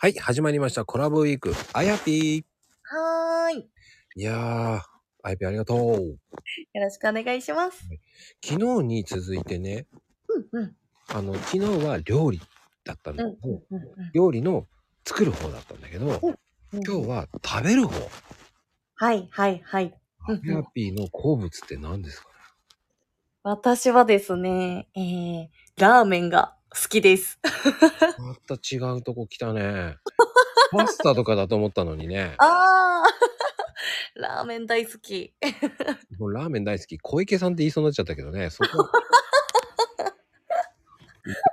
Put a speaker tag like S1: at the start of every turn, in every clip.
S1: はい、始まりました。コラボウィーク、あやぴー。
S2: はーい。
S1: いやー、あやぴーありがとう。
S2: よろしくお願いします。
S1: 昨日に続いてね、
S2: うんうん。
S1: あの、昨日は料理だったんだけど、
S2: うん
S1: 料理の作る方だったんだけど、
S2: うん、
S1: 今日は食べる方。
S2: はいはいはい。
S1: あ
S2: うんうん
S1: やぴーの好物って何ですか
S2: 私はですね、えー、ラーメンが好きです。
S1: また違うとこ来た ね。パスタとかだと思ったのにね。
S2: あー ラーメン大好き。
S1: もうラーメン大好き。小池さんって言いそうになっちゃったけどね。そこ。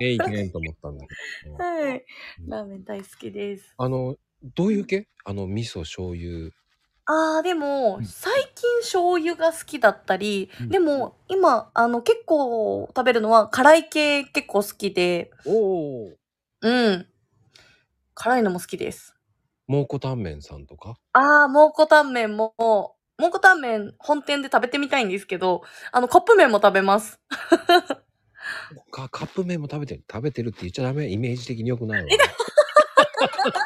S1: えいけんと思ったんだけど。
S2: はい。ラーメン大好きです。
S1: あの、どういう系あの、味噌、醤油。
S2: あー、でも
S1: う、ん
S2: 最近醤油が好きだったり
S1: う、ん
S2: でも、今、あの、結構食べるのは辛い系結構好きで、
S1: おお。
S2: うん。辛いのも好きです。
S1: 蒙古タンメンさんとか。
S2: ああ、蒙古タンメンも、蒙古タンメン本店で食べてみたいんですけど、あの、カップ麺も食べます。
S1: かカップ麺も食べてる。食べてるって言っちゃダメ。イメージ的に良くないわ。
S2: カップ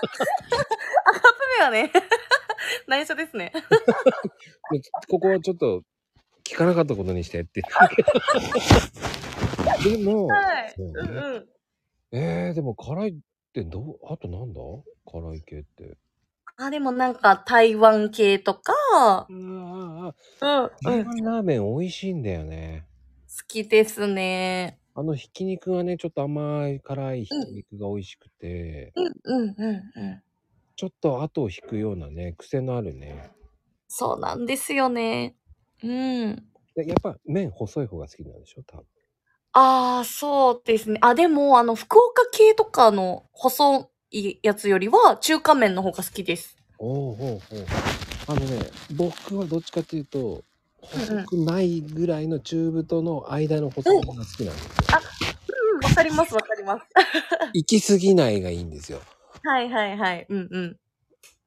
S2: 麺はね、 内緒ですね。
S1: ここはちょっと、聞かなかったことにして って言ってるけど。でも、
S2: はい。
S1: そう
S2: うん
S1: ね
S2: うん。
S1: えー、でも辛いってどう、あとなんだ辛い系って。
S2: あ、でもなんか、台湾系とか、
S1: うんうん。
S2: うん、う
S1: 台
S2: ん。好
S1: 湾ラーメン美味しいんだよね。
S2: きですね。
S1: あのひき肉がね、ちょっと甘い辛いひき肉が美味しくて、
S2: うん、うん、うん、うん。
S1: ちょっと後を引くようなね、癖のあるね。
S2: そうなんですよね。うん。
S1: でやっぱ麺細い方が好きなんでしょ多分。
S2: ああ、そうですね。あ、でも、あの、福岡系とかの細いやつよりは、中華麺の方が好きです。
S1: おうおうおうあのね僕はどっちかっていうと細くないぐらいの中太の間の細いのが好きなんですよ、
S2: うん、わかります、わかります。
S1: 行き過ぎないがいいんですよ
S2: はいはいはい。うんうん。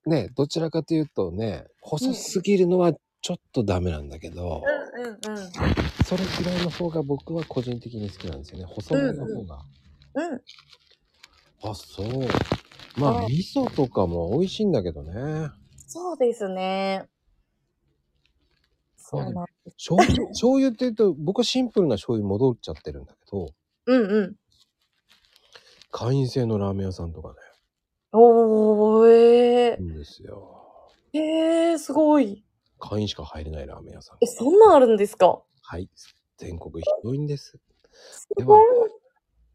S1: ねどちらかというとね細すぎるのはちょっとダメなんだけど、
S2: うんうんうん。
S1: それぐらいの方が僕は個人的に好きなんですよね細めの方が、
S2: うん。
S1: あそうまあ
S2: あ
S1: 味噌とかも美味しいんだけどね
S2: そうですね。そうなん。
S1: 醤油醤油っていうと僕はシンプルな醤油戻っちゃってるんだけど
S2: うんうん。
S1: 会員制のラーメン屋さんとかね
S2: おー、え
S1: いいんですよ
S2: ー、えー、すごい。
S1: 会員しか入れないラーメン屋さん
S2: え、。そんなんあるんですか
S1: はい。全国広いんです。
S2: す
S1: では
S2: ごい。、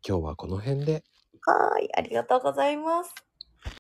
S1: 今日はこの辺で。
S2: はーい、ありがとうございます。